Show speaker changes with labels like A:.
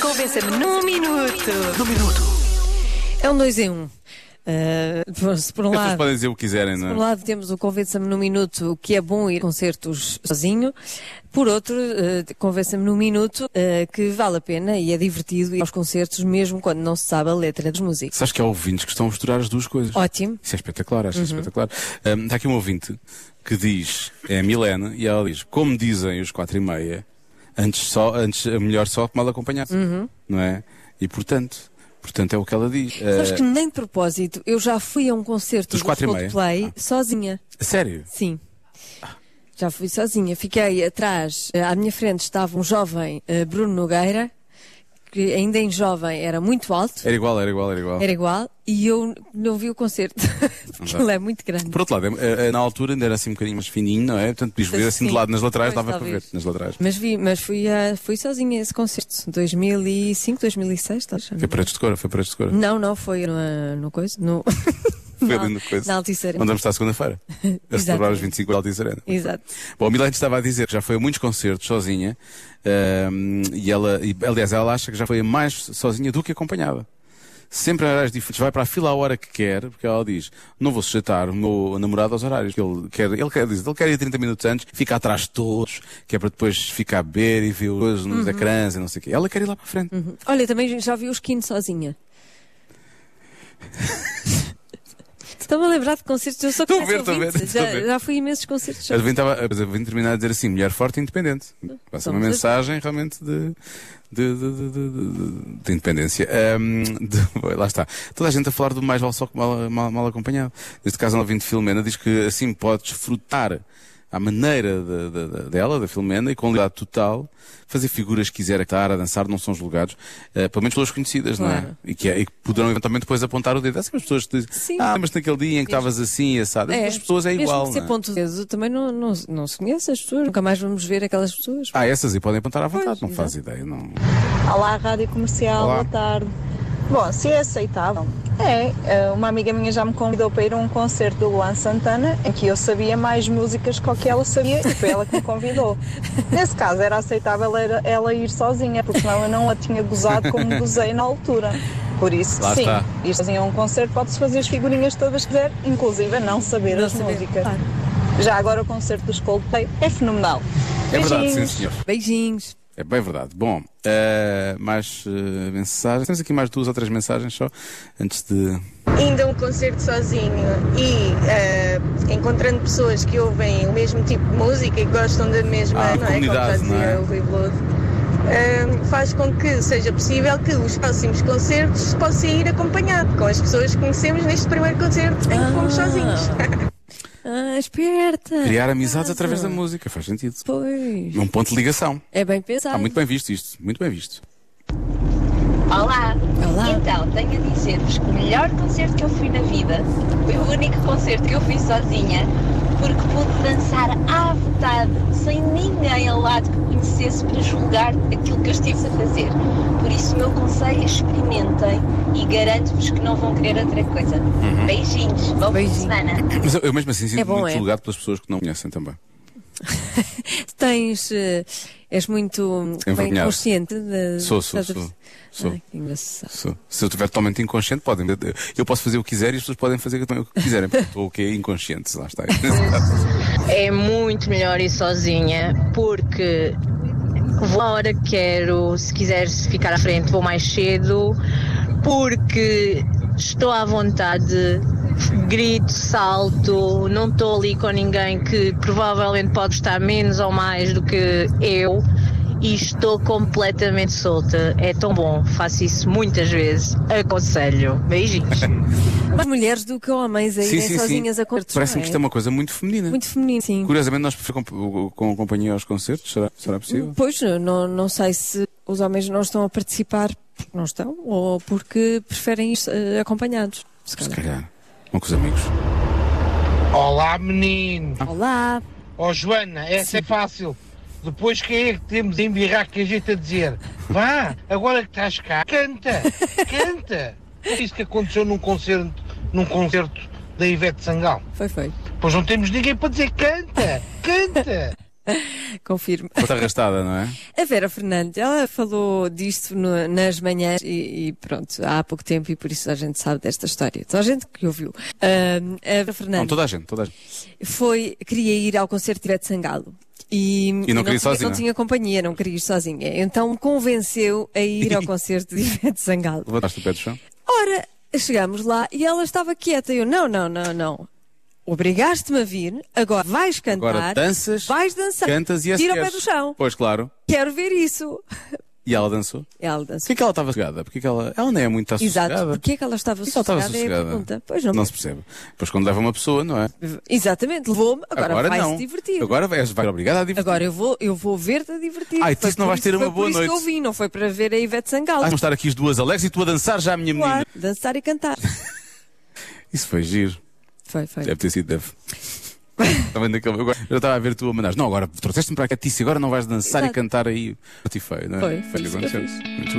A: Convença-me num minuto.
B: No minuto.
A: É um dois em um. Ah, se por um
B: As pessoas
A: lado.
B: podem dizer o que quiserem,
A: Por um
B: não é?
A: lado temos o Convença-me num Minuto, que é bom ir a concertos sozinho. Por outro, eh, Convença-me num Minuto, eh, que vale a pena e é divertido ir aos concertos, mesmo quando não se sabe a letra das músicas.
B: Sabes que há ouvintes que estão a misturar as duas coisas.
A: Ótimo.
B: Isso é espetacular,
A: Uhum.
B: acho espetacular. Hum, Está aqui um ouvinte que diz, é a Milena, e ela diz, como dizem os quatro e meia, antes só, antes, é melhor só que mal acompanhado.
A: Uhum.
B: Não é? E portanto, portanto é o que ela diz.
A: Sabes
B: Eh,
A: que nem de propósito, eu já fui a um concerto
B: Dos
A: do
B: quatro e meia? Ah.
A: Coldplay sozinha.
B: Sério?
A: Sim. Já fui sozinha. Fiquei atrás. eh, À minha frente estava um jovem eh, Bruno Nogueira, que ainda em jovem era muito alto,
B: Era igual, era igual, era igual.
A: era igual, e eu n- não vi o concerto, porque
B: dá.
A: ele é muito grande.
B: Por outro lado, é- é- na altura ainda era assim um bocadinho mais fininho, não é? Portanto, podias ver assim de
A: Sim.
B: lado nas laterais,
A: Pois,
B: dava para
A: talvez.
B: ver nas laterais.
A: Mas vi, mas fui, a, fui sozinha a esse concerto. 2005, 2006, talvez.
B: Foi para a Cora, foi para a Cora.
A: Não, não, foi no, no coisa, no...
B: Foi
A: na-
B: ali no coisa.
A: Na Altice Arena.
B: Onde vamos estar segunda-feira? A celebrar os
A: Exatamente.
B: 25 da Altice Arena.
A: Exato.
B: Bom, a Milene estava a dizer que já foi a muitos concertos sozinha, ahm, e ela, e, aliás, ela acha que já foi a mais sozinha do que acompanhada. Sempre a horários diferentes, vai para a fila à hora que quer, porque ela diz, não vou sujeitar o meu namorado aos horários, que ele quer, ele quer, diz, ele quer ir 30 minutos antes, fica atrás de todos, que é para depois ficar a beber e ver coisas nos ecrãs e não sei o quê. Ela quer ir lá para a frente.
A: Uhum. Olha, também já vi o Skin sozinha. Estou-me a lembrar de concertos, eu sou
B: Estou a
A: quase
B: ver, estou a ver,
A: ouvinte.
B: estou a
A: Já,
B: ver.
A: já fui a imensos concertos.
B: A Vim, estava, a Vim terminar a dizer assim, mulher forte e independente. Passa uma
A: Somos
B: mensagem realmente de, de, de, de, de- de- de independência. Ahm, de- lá está. Toda a gente a falar do mais vale só que mal, mal, mal acompanhado. Neste caso, a ouvinte Filomena diz que assim pode desfrutar à maneira de- de- de- dela, da Filomena, e com liberdade total, fazer figuras que quiser estar a dançar, não são julgados, eh, pelo menos pelas conhecidas, não é?
A: Claro.
B: E que, é- e que poderão eventualmente depois apontar o dedo. Há sempre as pessoas que dizem,
A: Sim.
B: ah, mas naquele dia em que estavas assim, assado.
A: É.
B: As pessoas é
A: Mesmo
B: igual.
A: que ser
B: não é?
A: ponto de dedo, também não, não, não se conhece as pessoas, nunca mais vamos ver aquelas pessoas.
B: Ah, essas aí podem apontar à vontade, não faz ideia, não.
C: Olá, Rádio Comercial,
B: Olá.
C: boa tarde. Bom, se é aceitável, é. eh, Uma amiga minha já me convidou para ir a um concerto do Luan Santana, em que eu sabia mais músicas que o que ela sabia e foi ela que me convidou. Nesse caso, era aceitável era ela ir sozinha, porque senão eu não a tinha gozado como gozei na altura. Por isso,
B: Lá
C: sim,
B: está.
C: ir sozinha a um concerto pode-se fazer as figurinhas todas que quiser, inclusive a não saber
B: é
A: Não
C: as
A: saber,
C: músicas.
A: claro.
C: Já agora o concerto dos Coldplay é fenomenal.
B: É verdade, sim,
C: Beijinhos.
B: senhor.
A: Beijinhos.
B: É bem verdade. Bom, eh, mais eh, mensagens. Temos aqui mais duas ou três mensagens só, antes de.
D: indo a um concerto sozinho e eh, encontrando pessoas que ouvem o mesmo tipo de música e gostam da mesma,
B: Ah,
D: não é? Como já
B: comunidade, não
D: dizia
B: é?
D: o Rui Blood, eh, faz com que seja possível que os próximos concertos se possa ir acompanhado com as pessoas que conhecemos neste primeiro concerto em que fomos
A: Ah.
D: sozinhos.
A: Ah, esperta.
B: Criar amizades através da música, faz sentido.
A: Pois.
B: É um ponto de ligação.
A: É bem pensado.
B: Está muito bem visto isto, muito bem visto.
E: Olá!
A: Olá.
E: Então, tenho a dizer-vos que o melhor concerto que eu fui na vida foi o único concerto que eu fui sozinha, porque pude dançar à vontade, sem ninguém ao lado que conhecesse para julgar aquilo que eu estive a fazer. Por isso, o meu conselho é experimentem e garanto-vos que não vão querer outra coisa. Beijinhos, bom fim de
A: Beijinho.
E: semana!
B: Mas eu, eu mesmo assim sinto
A: É bom,
B: muito
A: é?
B: julgado pelas pessoas que não conhecem também.
A: Tens. eh, és muito hum, bem
B: Envergonhado.
A: consciente da.
B: Sou, sou,
A: da-
B: sou, sou.
A: Ai, que engraçado.
B: Se se eu estiver totalmente inconsciente, podem. Eu posso fazer o que quiser e as pessoas podem fazer o que quiserem. Ou o que é inconsciente, lá está.
F: É muito melhor ir sozinha porque vou à hora que quero, se quiseres ficar à frente vou mais cedo, porque estou à vontade, grito, salto, não estou ali com ninguém que provavelmente pode estar menos ou mais do que eu e estou completamente solta. É tão bom, faço isso muitas vezes, aconselho. Beijinhos.
A: Mais mulheres do que homens a irem sozinhas a concertos.
B: Parece-me
A: não
B: que
A: é?
B: isto é uma coisa muito feminina.
A: Muito feminino, sim.
B: Curiosamente, nós preferimos com, com companhia aos concertos, será, será possível?
A: Pois, não, não sei se os homens não estão a participar porque não estão ou porque preferem ir eh, acompanhados. Se
B: Se
A: calhar.
B: calhar. Vão com os amigos.
G: Olá, menino.
A: Ah. Olá!
G: Ó, Joana, essa é fácil. Depois quem é que temos em birrar que a gente a dizer vá, agora que estás cá, canta, canta. Foi isso que aconteceu num concerto, num concerto da Ivete Sangal.
A: Foi, foi.
G: Pois não temos ninguém para dizer canta, canta.
A: Confirmo.
B: Está arrastada, não é?
A: A Vera Fernandes, ela falou disto no- nas manhãs e, e pronto, há pouco tempo e por isso a gente sabe desta história. Toda a gente que ouviu. Ahm, a Vera
B: Não,
A: Fernandes
B: toda a gente, toda a gente.
A: foi, queria ir ao concerto de Ivete Sangalo. E,
B: queria
A: tinha,
B: sozinha.
A: não tinha companhia, não queria ir sozinha. Então me convenceu a ir ao concerto de Ivete Sangalo.
B: Levantaste o pé do chão?
A: Ora, chegámos lá e ela estava quieta. Eu, não, não, não, não. Obrigaste-me a vir, agora vais cantar.
B: Agora danças,
A: Vais dançar.
B: cantas e a
A: Tira o
B: seguir.
A: pé do chão.
B: Pois claro.
A: Quero ver isso.
B: E ela dançou.
A: Ela dançou.
B: Porquê que ela estava sossegada? Porquê que ela... Ela não é muito sossegada.
A: Exato. Porquê é que ela estava
B: Porquê que ela
A: sossegada?
B: estava
A: É a
B: sossegada?
A: pergunta. Pois não.
B: se percebe. Pois quando leva uma pessoa, não é?
A: Exatamente. Levou-me. Agora,
B: Agora
A: vai-se
B: não.
A: divertir.
B: Agora vais, vais obrigada a divertir.
A: Agora eu vou, eu vou ver-te a divertir.
B: Ah, e tu
A: Foi
B: disse que não
A: por
B: vais
A: isso-
B: ter uma
A: foi
B: boa
A: por isso
B: noite.
A: que eu vim, não foi para ver a Ivete Sangalo.
B: Ah, vão estar aqui as duas Alex e tu a dançar já, minha menina.
A: Claro, dançar e cantar.
B: Isso foi giro.
A: Foi, foi.
B: Deve ter sido, deve. Estava naquele- agora- eu estava a ver tu a mandar. Não, agora trouxeste-me para a Catice, agora não vais dançar
A: Exato.
B: e cantar aí. Foi feio, não é?
A: Foi, foi
B: o que
A: isso que eu
B: aconteceu.
A: fiz.
B: Muito